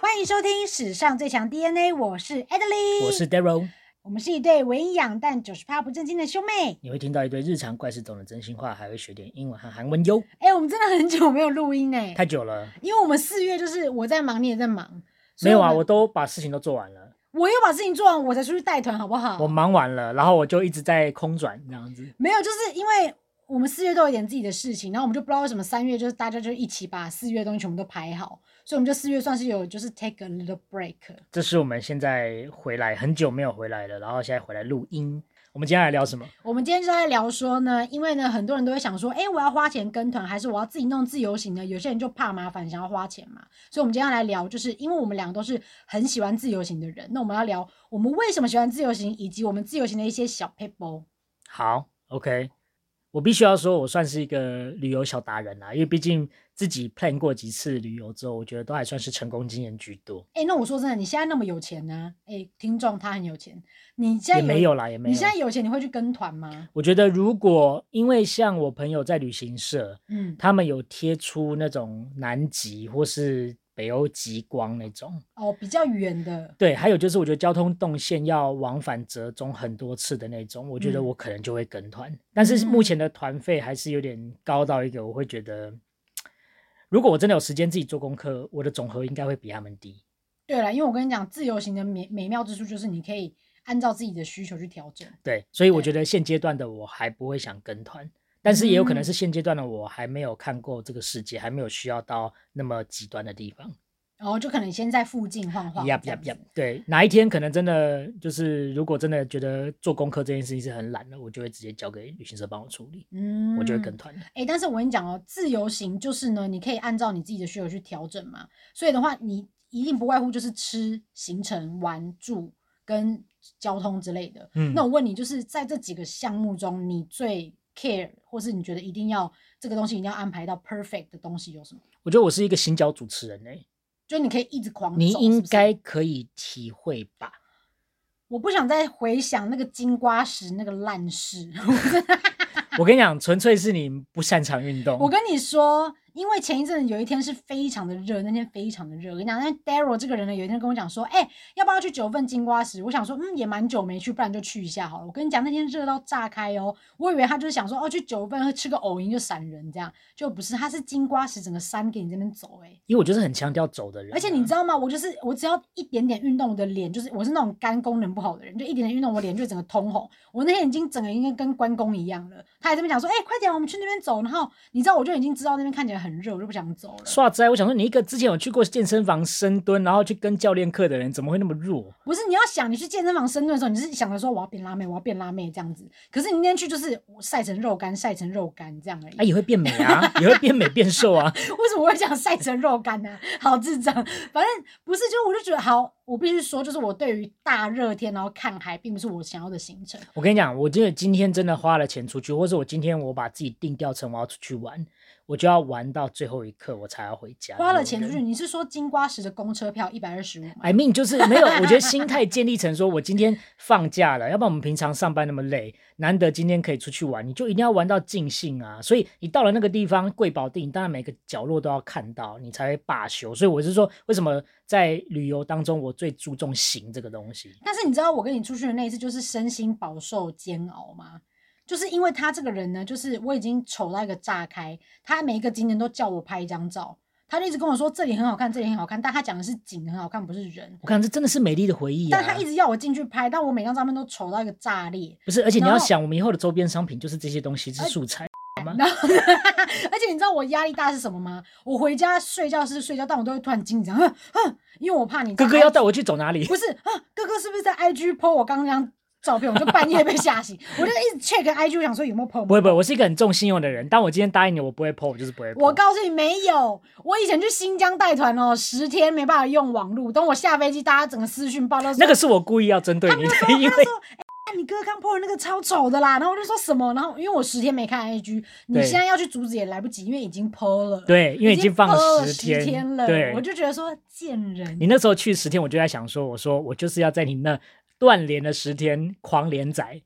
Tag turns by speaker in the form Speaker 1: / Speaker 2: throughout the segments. Speaker 1: 欢迎收听史上最强 DNA，我是 Adley，
Speaker 2: 我是 Daryl，
Speaker 1: 我们是一对伪营养但九十趴不正经的兄妹。
Speaker 2: 你会听到一堆日常怪事中的真心话，还会学点英文和韩文哟。
Speaker 1: 哎，我们真的很久没有录音哎，
Speaker 2: 太久了，
Speaker 1: 因为我们四月就是我在忙，你也在忙，所
Speaker 2: 没
Speaker 1: 以
Speaker 2: 有啊，
Speaker 1: 们
Speaker 2: 我都把事情都做完了，
Speaker 1: 我又把事情做完，我才出去带团，好不好？
Speaker 2: 我忙完了，然后我就一直在空转这样子。
Speaker 1: 没有，就是因为我们四月都有点自己的事情，然后我们就不知道为什么三月就是大家就一起把四月的东西全部都排好，所以我们就四月算是有就是 take a little break。
Speaker 2: 这是我们现在回来很久没有回来了，然后现在回来录音。我们接下来聊什么？
Speaker 1: 我们今天就在聊说呢，因为呢很多人都会想说，哎、我要花钱跟团，还是我要自己弄自由行呢？有些人就怕麻烦，想要花钱嘛。所以我们今天要来聊，就是因为我们两个都是很喜欢自由行的人，那我们要聊我们为什么喜欢自由行，以及我们自由行的一些小 p e b l
Speaker 2: 好，OK，我必须要说，我算是一个旅游小达人啦、啊因为毕竟自己 plan 过几次旅游之后，我觉得都还算是成功经验居多，
Speaker 1: 哎、那我说真的，你现在那么有钱呢、哎、听众他很有钱，你现在
Speaker 2: 也没有啦，也没
Speaker 1: 你
Speaker 2: 有。
Speaker 1: 现在有钱，你会去跟团吗？
Speaker 2: 我觉得如果因为像我朋友在旅行社，
Speaker 1: 嗯，
Speaker 2: 他们有贴出那种南极或是北欧极光那种。
Speaker 1: 哦，比较远的，
Speaker 2: 对，还有就是我觉得交通动线要往返折中很多次的那种，我觉得
Speaker 1: 嗯
Speaker 2: 我可能就会跟团。但是
Speaker 1: 嗯
Speaker 2: 目前的团费还是有点高到一个，我会觉得，如果我真的有时间自己做功课，我的总和应该会比他们低。
Speaker 1: 对了，因为我跟你讲，自由行的美美妙之处就是你可以按照自己的需求去调整。
Speaker 2: 对，所以我
Speaker 1: 对
Speaker 2: 觉得现阶段的我还不会想跟团，但是也有可能
Speaker 1: 嗯
Speaker 2: 是现阶段的我还没有看过这个世界，还没有需要到那么极端的地方。
Speaker 1: 然后就可能先在附近晃晃。
Speaker 2: Yep,
Speaker 1: 这样
Speaker 2: yep, yep.
Speaker 1: 子
Speaker 2: 对，哪一天可能真的就是，如果真的觉得做功课这件事情是很懒的，我就会直接交给旅行社帮我处理，
Speaker 1: 嗯，
Speaker 2: 我就会跟。团了。
Speaker 1: 哎、但是我跟你讲哦，自由行就是呢，你可以按照你自己的需求去调整嘛。所以的话，你一定不外乎就是吃、行程、玩、住跟交通之类的。
Speaker 2: 嗯
Speaker 1: 那我问你，就是在这几个项目中，你最 care 或是你觉得一定要这个东西一定要安排到 perfect 的东西有什么？
Speaker 2: 我觉得我是一个行脚主持人哎、
Speaker 1: 就你可以一直狂
Speaker 2: 你
Speaker 1: 走是
Speaker 2: 应
Speaker 1: 不是
Speaker 2: 该可以体会吧？
Speaker 1: 我不想再回想那个金瓜石那个烂事。
Speaker 2: 我跟你讲，纯粹是你不擅长运动。
Speaker 1: 我跟你说，因为前一阵子有一天是非常的热，那天非常的热。我跟你讲，那 Daryl 这个人呢，有一天跟我讲说，哎、要不要去九份金瓜石？我想说，嗯，也蛮久没去，不然就去一下好了。我跟你讲，那天热到炸开哦，我以为他就是想说，哦，去九份吃个藕饮就闪人这样，就不是，他是金瓜石整个山给你这边走、哎。
Speaker 2: 因为我就是很强调走的人啊、
Speaker 1: 而且你知道吗？我就是我只要一点点运动，我的脸就是我是那种肝功能不好的人，就一点点运动，我脸就整个通红。我那天已经整个应该跟关公一样了。他还这边讲说：“哎、快点，我们去那边走。”然后你知道，我就已经知道那边看起来很热，我就不想走了。
Speaker 2: 刷啊仔，我想说，你一个之前有去过健身房深蹲，然后去跟教练课的人，怎么会那么弱？
Speaker 1: 不是你要想，你去健身房深蹲的时候，你是想着说我要变辣妹，我要变辣妹这样子。可是你那天去就是我晒成肉干，晒成肉干这样而已。
Speaker 2: 啊，也会变美 啊，也会变美变瘦啊。
Speaker 1: 为什么我会讲晒成肉干呢、 好智障！反正不是，就我就觉得好，我必须说，就是我对于大热天然后看海，并不是我想要的行程。
Speaker 2: 我跟你讲，我真的今天真的花了钱出去，或者我今天我把自己定调成我要出去玩，我就要玩到最后一刻我才要回家。
Speaker 1: 花了钱出
Speaker 2: 对
Speaker 1: 去，你是说金瓜石的公车票一百二十五吗？
Speaker 2: I mean，就是没有，我觉得心态建立成说，我今天放假了，要不然我们平常上班那么累，难得今天可以出去玩，你就一定要玩到尽兴啊！所以你到了那个地方，贵宝地，你当然每个角落都要看到，你才会罢休。所以我是说，为什么在旅游当中，我最注重行这个东西？
Speaker 1: 但是你知道我跟你出去的那一次，就是身心饱受煎熬吗？就是因为他这个人呢，就是我已经丑到一个炸开，他每一个景点都叫我拍一张照，他就一直跟我说这里很好看，这里很好看，但他讲的是景很好看，不是人。
Speaker 2: 我看这真的是美丽的回忆啊！
Speaker 1: 但他一直要我进去拍，但我每张照片都丑到一个炸裂。
Speaker 2: 不是，而且你
Speaker 1: 然
Speaker 2: 要
Speaker 1: 后呃
Speaker 2: 想，我们以后的周边商品就是这些东西是素材。
Speaker 1: 然后，而且你知道我压力大是什么吗？我回家睡觉是睡觉，但我都会突然紧张，哼哼， 因为我怕你
Speaker 2: 哥
Speaker 1: 在
Speaker 2: 哥要
Speaker 1: IG
Speaker 2: 带我去走哪里？
Speaker 1: 不是啊，哥哥是不是在 IG po 我刚刚那张照片？我就半夜被吓 醒，我就一直 check IG，我想说有没有 po
Speaker 2: 不。会不会，我是一个很重信用的人。但我今天答应你，我不会 PO，我就是不会 PO。
Speaker 1: 我告诉你，没有。我以前去新疆带团哦，十天没办法用网络。等我下飞机，大家整个私讯报到哎
Speaker 2: 那个是我故意要针对你的，因为
Speaker 1: 你哥刚 po 的那个超丑的啦。”然后我就说什么？然后因为我十天没看 IG，你
Speaker 2: 对
Speaker 1: 现在要去阻止也来不及，因为已经 po 了。，
Speaker 2: 对，因为
Speaker 1: 已
Speaker 2: 经放
Speaker 1: po 了
Speaker 2: 十
Speaker 1: 天了。
Speaker 2: 对
Speaker 1: 我，就觉得说贱人。
Speaker 2: 你那时候去十天，我就在想说，我说我就是要在你那断联了十天狂连载，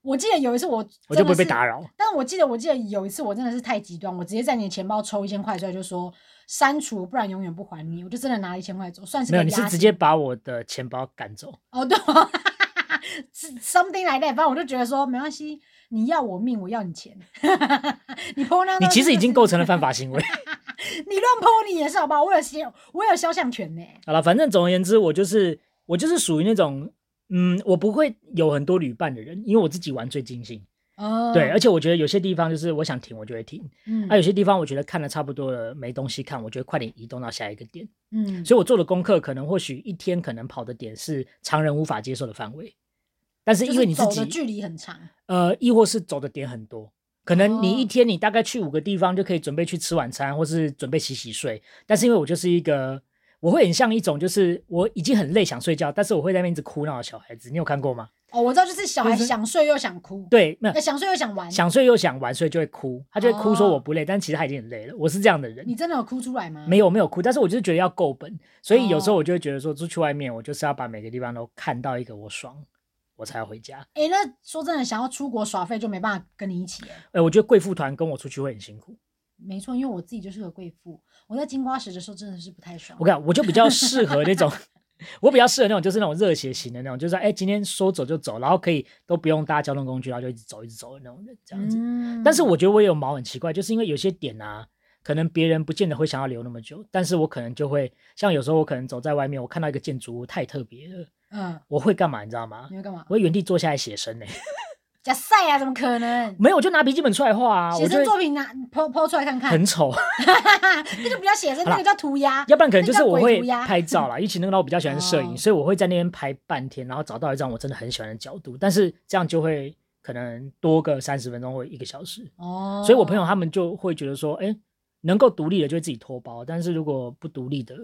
Speaker 1: 我记得有一次我
Speaker 2: 我就不会
Speaker 1: 真
Speaker 2: 被
Speaker 1: 的是
Speaker 2: 打扰。
Speaker 1: 但是我记得，我记得有一次我真的是太极端，我直接在你的钱包抽一千块出来，就说删除，不然永远不还你。我就真的拿了一千块走，算是
Speaker 2: 没有，
Speaker 1: 个
Speaker 2: 你是
Speaker 1: 压
Speaker 2: 直
Speaker 1: 惊
Speaker 2: 接把我的钱包赶走。
Speaker 1: 哦，对哦 是，something like that。反正我就觉得说没关系，你要我命，我要你钱。 你泼那，
Speaker 2: 你其实已经构成了犯
Speaker 1: 法，
Speaker 2: 法行为。
Speaker 1: 你乱泼你也是好不好？我有肖，我有肖像权呢、
Speaker 2: 好了，反正总而言之，我就是我就是属于那种，嗯，我不会有很多旅伴的人，因为我自己玩最尽兴。
Speaker 1: 哦，
Speaker 2: 对，而，且我觉得有些地方就是我想停我就会停，啊
Speaker 1: 嗯，
Speaker 2: 那、有些地方我觉得看的差不多了，没东西看，我就会快点移动到下一个点。
Speaker 1: 嗯，
Speaker 2: 所以我做的功课可能或许一天可能跑的点是常人无法接受的范围，但是
Speaker 1: 就
Speaker 2: 因为你自
Speaker 1: 走的
Speaker 2: 己
Speaker 1: 距离很长，
Speaker 2: 呃，亦或是走的点很多。可能你一
Speaker 1: 哦
Speaker 2: 天你大概去五个地方就可以准备去吃晚餐，或是准备洗洗睡。但是因为我就是一个，我会很像一种就是我已经很累想睡觉，但是我会在那边一直哭闹的小孩子。你有看过吗？
Speaker 1: 哦，我知道，就是小孩
Speaker 2: 就是
Speaker 1: 想睡又想哭，
Speaker 2: 对，没有
Speaker 1: 呃，想睡又想玩。
Speaker 2: 想睡又想玩，所以就会哭。他就会哭说
Speaker 1: 哦
Speaker 2: 我不累，但其实他已经很累了。我是这样的人
Speaker 1: 你，真的有哭出来吗？
Speaker 2: 没有没有哭，但是我就是觉得要够本，所以有时候
Speaker 1: 哦
Speaker 2: 我就会觉得说出去外面，我就是要把每个地方都看到一个我爽，我才要回家。
Speaker 1: 哎、那说真的，想要出国耍废就没办法跟你一起、欸。
Speaker 2: 哎，我觉得贵妇团跟我出去会很辛苦。
Speaker 1: 没错，因为我自己就是个贵妇，我在金瓜石的时候真的是不太爽。
Speaker 2: 我看我就比较适合那种， 我比较适合那种就是那种热血型的那种，就是哎、今天说走就走，然后可以都不用搭交通工具，然后就一直走一直走的那种人这样子。
Speaker 1: 嗯
Speaker 2: 但是我觉得我也有毛很奇怪，就是因为有些点啊，可能别人不见得会想要留那么久，但是我可能就会像有时候我可能走在外面，我看到一个建筑物太特别了，
Speaker 1: 嗯，
Speaker 2: 我会干嘛你知道吗
Speaker 1: 你？会干嘛
Speaker 2: 我？会原地坐下来写生呢、
Speaker 1: 假赛啊？怎么可能？
Speaker 2: 没有我就拿笔记本出来画啊，
Speaker 1: 写
Speaker 2: 我就
Speaker 1: 生
Speaker 2: 会
Speaker 1: 作品啊拿剖剖出来看看
Speaker 2: 很，丑，
Speaker 1: 这就不叫写生，
Speaker 2: 好
Speaker 1: 那
Speaker 2: 啦
Speaker 1: 个叫涂鸦。
Speaker 2: 要不然可能就
Speaker 1: 那叫
Speaker 2: 是我
Speaker 1: 鬼
Speaker 2: 会
Speaker 1: 涂鸦
Speaker 2: 拍照啦，尤其那个时候我比较喜欢摄影，
Speaker 1: 哦
Speaker 2: 所以我会在那边拍半天，然后找到一张我真的很喜欢的角度，但是这样就会可能多个三十分钟或一个小时，
Speaker 1: 哦，
Speaker 2: 所以我朋友他们就会觉得说，哎，能够独立的就会自己脱包，但是如果不独立的，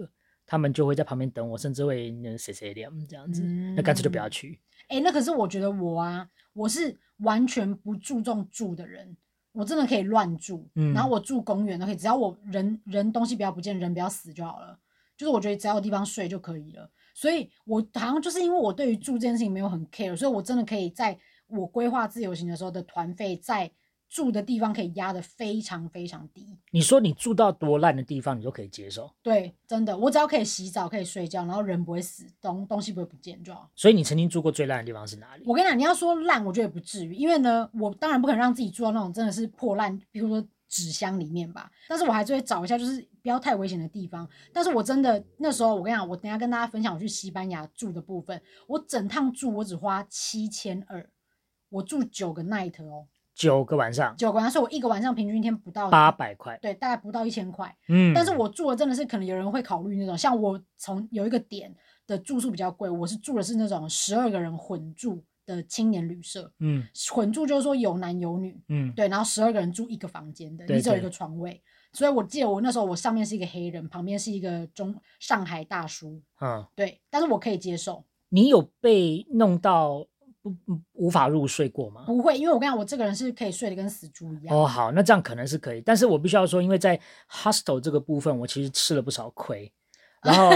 Speaker 2: 他们就会在旁边等我，甚至会那谁谁脸这样子，那干脆就不要
Speaker 1: 嗯
Speaker 2: 去。
Speaker 1: 哎、那可是我觉得我啊，我是完全不注重住的人，我真的可以乱住，
Speaker 2: 嗯
Speaker 1: 然后我住公园都可以，只要我人人东西不要不见，人不要死就好了。就是我觉得只要有地方睡就可以了。所以我好像就是因为我对于住这件事情没有很 care，所以我真的可以在我规划自由行的时候的团费在住的地方可以压得非常非常低。
Speaker 2: 你说你住到多烂的地方，你都可以接受，
Speaker 1: 对，真的，我只要可以洗澡、可以睡觉，然后人不会死，东东西不会不见就好。
Speaker 2: 所以你曾经住过最烂的地方是哪里？
Speaker 1: 我跟你讲，你要说烂，我觉得也不至于，因为呢，我当然不可能让自己住到那种真的是破烂，比如说纸箱里面吧。但是我还是会找一下，就是不要太危险的地方。但是我真的那时候，我跟你讲，我等一下跟大家分享我去西班牙住的部分。我整趟住我只花七千二，我住九个 night 哦，
Speaker 2: 九个晚上
Speaker 1: 九个晚上，所以我一个晚上平均一天不到
Speaker 2: 八，百块，
Speaker 1: 对，大概不到一千块。
Speaker 2: 嗯，
Speaker 1: 但是我住的真的是可能有人会考虑那种，像我从有一个点的住宿比较贵，我是住的是那种十二个人混住的青年旅社。
Speaker 2: 嗯
Speaker 1: 混住就是说有男有女，
Speaker 2: 嗯，
Speaker 1: 对，然后十二个人住一个房间的，
Speaker 2: 对
Speaker 1: 你只有一
Speaker 2: 对
Speaker 1: 个床位。所以我记得我那时候我上面是一个黑人，旁边是一个中上海大叔，
Speaker 2: 嗯，
Speaker 1: 对，但是我可以接受，
Speaker 2: 你有被弄到不不无法入睡过吗？
Speaker 1: 不会，因为我跟你讲，我这个人是可以睡得跟死猪一样。
Speaker 2: 哦，好，那这样可能是可以，但是我必须要说，因为在 hostel 这个部分，我其实吃了不少亏，然 后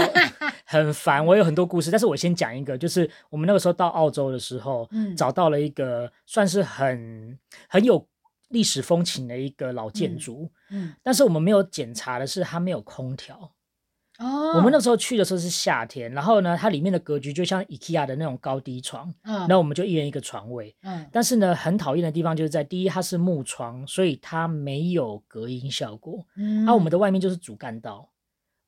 Speaker 2: 很烦。我有很多故事，但是我先讲一个，就是我们那个时候到澳洲的时候，
Speaker 1: 嗯
Speaker 2: 找到了一个算是很很有历史风情的一个老建
Speaker 1: 嗯
Speaker 2: 筑，
Speaker 1: 嗯，
Speaker 2: 但是我们没有检查的是它没有空调。
Speaker 1: 哦，
Speaker 2: 我们那时候去的时候是夏天，然后呢，它里面的格局就像 IKEA 的那种高低床，
Speaker 1: 嗯
Speaker 2: 那我们就一人一个床位，
Speaker 1: 嗯
Speaker 2: 但是呢，很讨厌的地方就是在第一，它是木窗，所以它没有隔音效果。
Speaker 1: 嗯，
Speaker 2: 那、啊我们的外面就是主干道，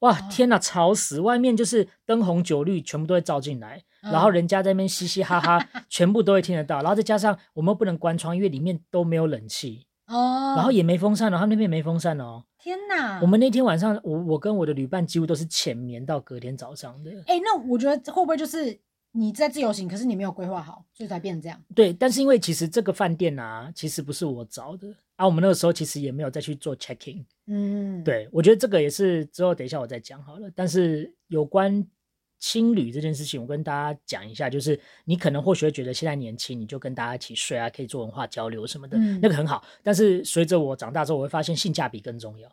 Speaker 2: 哇，
Speaker 1: 哦
Speaker 2: 天呐，吵死！外面就是灯红酒绿，全部都会照进来，然后
Speaker 1: 嗯
Speaker 2: 人家在那边嘻嘻 哈哈，全部都会听得到。然后再加上我们又不能关窗，因为里面都没有冷气，
Speaker 1: 哦，
Speaker 2: 然后也没风扇哦，他们那边没风扇哦。
Speaker 1: 天哪，
Speaker 2: 我们那天晚上，我我跟我的旅伴几乎都是浅眠到隔天早上的。
Speaker 1: 哎、那我觉得会不会就是你在自由行，可是你没有规划好，所以才变成这样？
Speaker 2: 对，但是因为其实这个饭店啊，其实不是我找的啊，我们那个时候其实也没有再去做 check in。
Speaker 1: 嗯，，
Speaker 2: 对，我觉得这个也是之后等一下我再讲好了。但是有关青旅这件事情，我跟大家讲一下，就是你可能或许会觉得现在年轻，你就跟大家一起睡啊，可以做文化交流什么的，
Speaker 1: 嗯
Speaker 2: 那个很好。但是随着我长大之后，我会发现性价比更重要。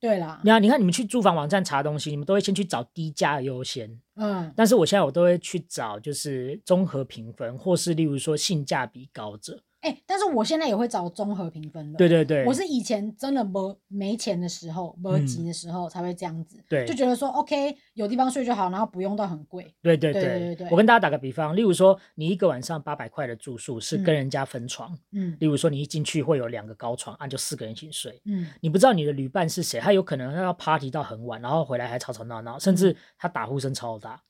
Speaker 1: 对啦，
Speaker 2: 那你看，你们去住房网站查东西，你们都会先去找低价优先，
Speaker 1: 嗯
Speaker 2: 但是我现在我都会去找就是综合评分，或是例如说性价比高者。
Speaker 1: 哎、但是我现在也会找综合评分了。
Speaker 2: 对对对，
Speaker 1: 我是以前真的没没钱的时候、没
Speaker 2: 嗯
Speaker 1: 钱的时候才会这样子，
Speaker 2: 对
Speaker 1: 就觉得说 OK 有地方睡就好，然后不用到很贵。
Speaker 2: 对对
Speaker 1: 对
Speaker 2: 对
Speaker 1: 对对对
Speaker 2: 我跟大家打个比方，例如说你一个晚上八百块的住宿是
Speaker 1: 嗯
Speaker 2: 跟人家分床，
Speaker 1: 嗯
Speaker 2: 例如说你一进去会有两个高床，啊就四个人一起睡。
Speaker 1: 嗯，
Speaker 2: 你不知道你的旅伴是谁，他有可能要 party 到很晚，然后回来还吵吵闹闹，甚
Speaker 1: 嗯
Speaker 2: 至他打呼声超大，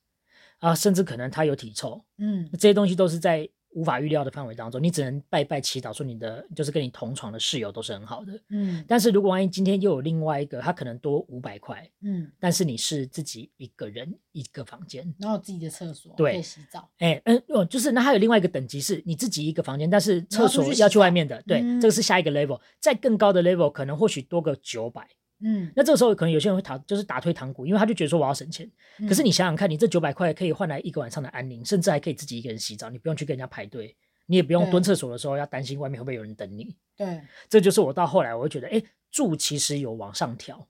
Speaker 2: 啊，甚至可能他有体臭，
Speaker 1: 嗯
Speaker 2: 那这些东西都是在无法预料的范围当中，你只能拜拜祈祷说你的就是跟你同床的室友都是很好的。
Speaker 1: 嗯
Speaker 2: 但是如果万一今天又有另外一个，他可能多五百块，
Speaker 1: 嗯，
Speaker 2: 但是你是自己一个人一个房间，
Speaker 1: 然后有自己的厕所
Speaker 2: 对
Speaker 1: 可以洗澡。
Speaker 2: 哎，嗯，哦，就是那还有另外一个等级是你自己一个房间，但是厕
Speaker 1: 你要出
Speaker 2: 所
Speaker 1: 去洗
Speaker 2: 要去外面的，对，
Speaker 1: 嗯
Speaker 2: 这个是下一个 level，在更高的 level 可能或许多个九百，
Speaker 1: 嗯，
Speaker 2: 那这个时候可能有些人会打就是打退堂鼓，因为他就觉得说我要省钱，可是
Speaker 1: 嗯
Speaker 2: 你想想看，你这九百块可以换来一个晚上的安宁，甚至还可以自己一个人洗澡，你不用去跟人家排队，你也不用
Speaker 1: 对
Speaker 2: 蹲厕所的时候要担心外面会不会有人等你，
Speaker 1: 对，
Speaker 2: 这就是我到后来我会觉得，哎，住其实有往上调，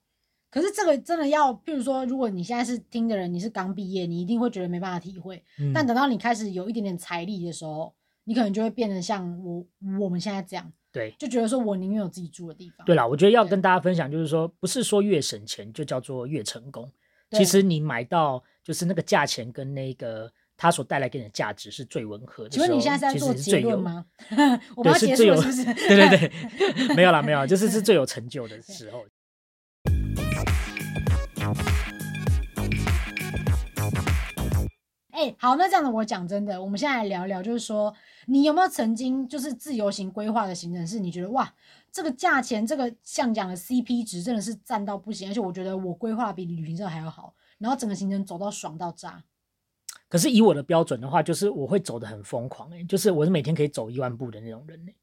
Speaker 1: 可是这个真的要，譬如说，如果你现在是听的人，你是刚毕业，你一定会觉得没办法体会。
Speaker 2: 嗯
Speaker 1: 但等到你开始有一点点财力的时候，你可能就会变得像我我们现在这样，
Speaker 2: 对。
Speaker 1: 就觉得说我宁愿有自己住的地方。
Speaker 2: 对啦，我觉得要
Speaker 1: 对
Speaker 2: 跟大家分享，就是说，不是说越省钱就叫做越成功。
Speaker 1: 对
Speaker 2: 其实你买到就是那个价钱跟那个它所带来给你的价值是最吻合的时
Speaker 1: 请
Speaker 2: 候。
Speaker 1: 问你现在是在
Speaker 2: 其实
Speaker 1: 做
Speaker 2: 是
Speaker 1: 结
Speaker 2: 最
Speaker 1: 论
Speaker 2: 有？
Speaker 1: 吗？ 我们
Speaker 2: 对
Speaker 1: 要
Speaker 2: 是
Speaker 1: 结
Speaker 2: 最
Speaker 1: 束了
Speaker 2: 有
Speaker 1: 是不是？
Speaker 2: 对对 对，没有啦没有啦，就是是最有成就的时候。
Speaker 1: 哎、好，那这样子我讲真的，我们现在来聊聊，就是说你有没有曾经就是自由行规划的行程是你觉得哇，这个价钱，这个像讲的 CP 值真的是赞到不行，而且我觉得我规划比旅行社还要好，然后整个行程走到爽到炸。
Speaker 2: 可是以我的标准的话，就是我会走得很疯狂、欸，就是我是每天可以走一万步的那种人、欸、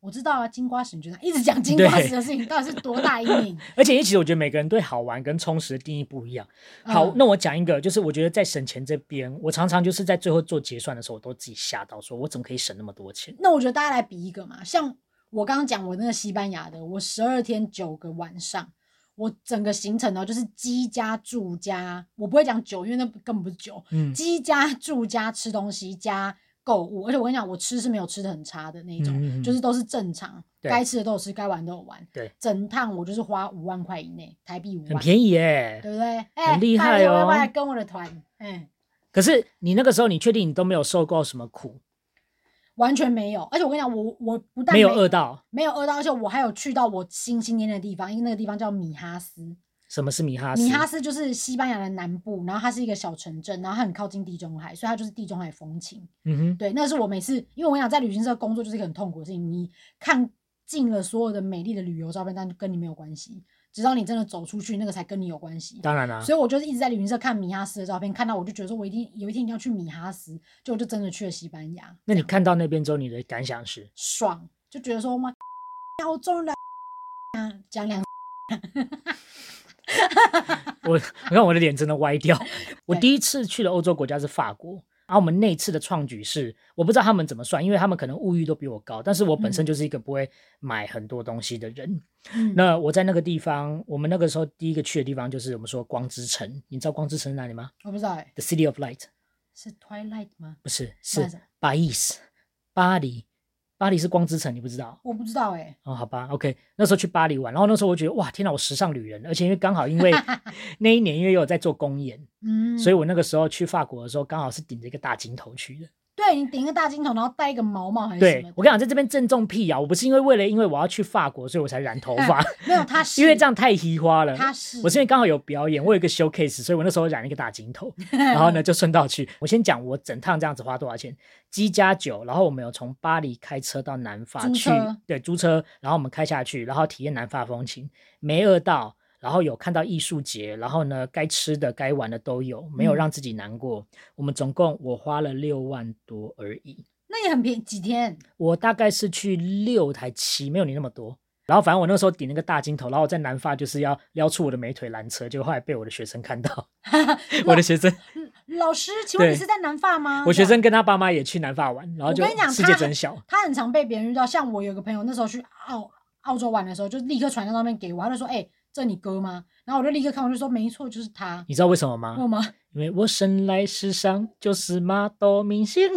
Speaker 1: 我知道啊，金瓜石，你觉得一直讲金瓜石
Speaker 2: 对
Speaker 1: 的事情到底是多大阴影？
Speaker 2: 而且，其实我觉得每个人对好玩跟充实的定义不一样。 好，
Speaker 1: 嗯
Speaker 2: 那我讲一个，就是我觉得在省钱这边，我常常就是在最后做结算的时候，我都自己吓到，说我怎么可以省那么多钱？
Speaker 1: 那我觉得大家来比一个嘛，像我刚刚讲我那个西班牙的，我十二天九个晚上，我整个行程呢哦就是机加住加，我不会讲酒，因为那根本不是酒，
Speaker 2: 嗯，
Speaker 1: 机加住加吃东西加购物，而且我跟你讲，我吃是没有吃的很差的那一种，
Speaker 2: 嗯嗯嗯
Speaker 1: 就是都是正常，
Speaker 2: 对
Speaker 1: 该吃的都有吃，该玩都有玩。
Speaker 2: 对，
Speaker 1: 整趟我就是花五万块以内，台币五
Speaker 2: 很
Speaker 1: 万，
Speaker 2: 便宜耶、
Speaker 1: 对不对？哎，
Speaker 2: 很厉
Speaker 1: 拜
Speaker 2: 害
Speaker 1: 托要不要
Speaker 2: 哦
Speaker 1: 来跟我的团，哎，
Speaker 2: 可是你那个时候，你确定你都没有受过什么苦，
Speaker 1: 完全没有。而且我跟你讲，我我不但
Speaker 2: 没有饿到？
Speaker 1: 没有饿到，而且我还有去到我心心念念的地方，因为那个地方叫米哈斯。
Speaker 2: 什么是米哈斯？
Speaker 1: 米哈斯就是西班牙的南部，然后它是一个小城镇，然后它很靠近地中海，所以它就是地中海风情。
Speaker 2: 嗯哼，
Speaker 1: 对，那是我每次，因为我跟你讲，在旅行社工作就是一个很痛苦的事情，你看尽了所有的美丽的旅游照片，但跟你没有关系，直到你真的走出去，那个才跟你有关系。
Speaker 2: 当然啦、
Speaker 1: 所以我就是一直在旅行社看米哈斯的照片，看到我就觉得说，我一定有一天一定要去米哈斯，就我就真的去了西班牙。
Speaker 2: 那
Speaker 1: 这
Speaker 2: 你
Speaker 1: 样
Speaker 2: 看到那边之后，你的感想是？
Speaker 1: 爽，就觉得说 妈，我终于来啊，讲两
Speaker 2: 我你看我的脸真的歪 掉。我第一次去的欧洲国家是法国，然后我们那一次的创举是，我不知道他们怎么算，因为他们可能物欲都比我高，但是我本身
Speaker 1: 嗯
Speaker 2: 就是一个不会买很多东西的人。
Speaker 1: 嗯
Speaker 2: 那我在那个地方，我们那个时候第一个去的地方就是我们说光之城，你知道光之城在哪里吗
Speaker 1: 我不知道哎、
Speaker 2: ？The City of Light
Speaker 1: 是 Twilight 吗？
Speaker 2: 不是，
Speaker 1: 那
Speaker 2: 是
Speaker 1: 是
Speaker 2: 巴黎，巴黎，巴黎是光之城，你不知道？
Speaker 1: 我不知道哎、
Speaker 2: 哦，好吧，OK，那时候去巴黎玩，然后那时候我觉得哇，天哪，我时尚旅人，而且因为刚好因 为那一年因为有在做公演，
Speaker 1: 嗯，
Speaker 2: 所以我那个时候去法国的时候，刚好是顶着一个大金头去的。
Speaker 1: 对你顶一个大金头，然后戴一个毛毛还是什
Speaker 2: 对
Speaker 1: 么的？
Speaker 2: 我跟你讲，在这边郑重辟谣，我不是因为为了因为我要去法国，所以我才染头 发，
Speaker 1: 没有，他是
Speaker 2: 因为这样太嘻花了。
Speaker 1: 他是
Speaker 2: 我是因为刚好有表演，我有一个 showcase，所以我那时候染了一个大 金头，然后呢就顺道去。我先讲我整趟这样子花多少钱，机加酒，然后我们有从巴黎开车到南法
Speaker 1: 租
Speaker 2: 去
Speaker 1: 车，
Speaker 2: 对，租车，然后我们开下去，然后体验南法风情，没饿到，然后有看到艺术节，然后呢该吃的该玩的都有，没有
Speaker 1: 嗯
Speaker 2: 让自己难过。我们总共我花了六万多而已，
Speaker 1: 那也很便宜，几天？
Speaker 2: 我大概是去六台七，没有你那么多。然后反正我那时候顶那个大金头，然后我在南发就是要撩出我的美腿拦车，结果后来被我的学生看到。 我的学生，
Speaker 1: 嗯老师，请问你
Speaker 2: 对
Speaker 1: 是在南发吗？
Speaker 2: 我
Speaker 1: 这
Speaker 2: 学
Speaker 1: 样
Speaker 2: 生跟他爸妈也去南法玩，然后就
Speaker 1: 我跟你讲
Speaker 2: 世界
Speaker 1: 他
Speaker 2: 真小。
Speaker 1: 他很常被别人遇到，像我有个朋友那时候去澳澳洲玩的时候，就立刻传那照片给我，他就说：“哎、这你哥吗？”然后我就立刻看，我就说：“没错，就是他。”
Speaker 2: 你知道为什么吗？
Speaker 1: 我吗？
Speaker 2: 因为我生来世上就是马豆明星。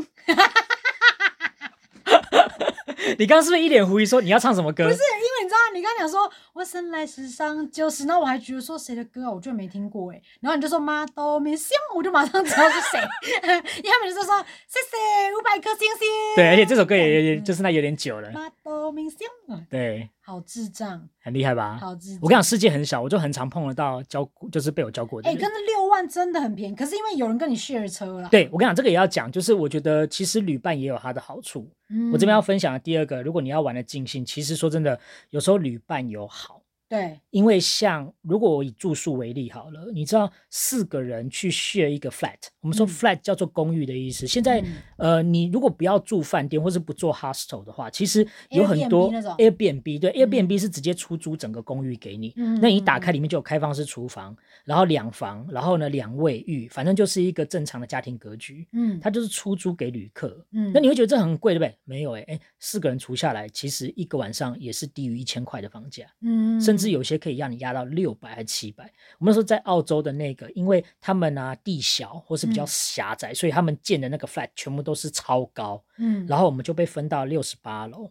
Speaker 2: 你刚刚是不是一脸狐疑说你要唱什么歌？
Speaker 1: 不是，因为你知道，你刚刚讲说“我生来世上就是”，然后我还觉得说谁的歌啊，我居然没听过哎、然后你就说“妈都没香”，我就马上知道是谁。 因为他们就说“谢谢五百颗星星”，
Speaker 2: 对，而且这首歌也也
Speaker 1: 嗯
Speaker 2: 就是那有点久了，
Speaker 1: 妈都没香，嗯
Speaker 2: 对，
Speaker 1: 好智障，
Speaker 2: 很厉害吧？
Speaker 1: 好智障。
Speaker 2: 我跟你讲，世界很小，我就很常碰得到教，就是被我教过的
Speaker 1: 哎、
Speaker 2: 人。
Speaker 1: 跟那六万真的很便宜，可是因为有人跟你 share 车啦。，
Speaker 2: 对我跟你讲，这个也要讲，就是我觉得其实旅伴也有它的好处。
Speaker 1: 嗯
Speaker 2: 我这边要分享的第二个，如果你要玩的尽兴，其实说真的，有时候旅伴有好，
Speaker 1: 对，
Speaker 2: 因为像如果我以住宿为例好了，你知道四个人去 share 一个 flat，我们说
Speaker 1: 嗯
Speaker 2: flat 叫做公寓的意思。现在、
Speaker 1: 嗯
Speaker 2: 呃，你如果不要住饭店或是不做 hostel 的话，其实有很多
Speaker 1: Airbnb 那种
Speaker 2: Airbnb 对 Airbnb 是直接出租整个公寓给你。
Speaker 1: 嗯
Speaker 2: 那你一打开里面就有开放式厨房，然后两房，然后呢两卫浴，反正就是一个正常的家庭格局。
Speaker 1: 嗯，
Speaker 2: 它就是出租给旅客。
Speaker 1: 嗯，
Speaker 2: 那你会觉得这很贵，对不对？没有诶、诶四个人除下来，其实一个晚上也是低于一千块的房价。
Speaker 1: 嗯，
Speaker 2: 甚至有些可以让你压到六百还七百。我们那时候在澳洲的那个，因为他们啊地小或是比较
Speaker 1: 嗯
Speaker 2: 狭窄，所以他们建的那个 flat 全部都是超高，
Speaker 1: 嗯，
Speaker 2: 然后我们就被分到六十八楼，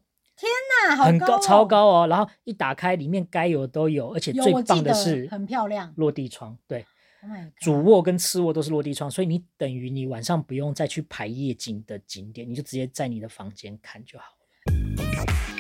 Speaker 1: 那好
Speaker 2: 很
Speaker 1: 高、
Speaker 2: 超，高哦。然后一打开，里面该有的都有，而且
Speaker 1: 有
Speaker 2: 最
Speaker 1: 我记
Speaker 2: 棒的
Speaker 1: 得
Speaker 2: 是
Speaker 1: 很漂亮
Speaker 2: 落地窗，对，
Speaker 1: Oh my god
Speaker 2: 主卧跟次卧都是落地窗，所以你等于你晚上不用再去排夜景的景点，你就直接在你的房间看就好了。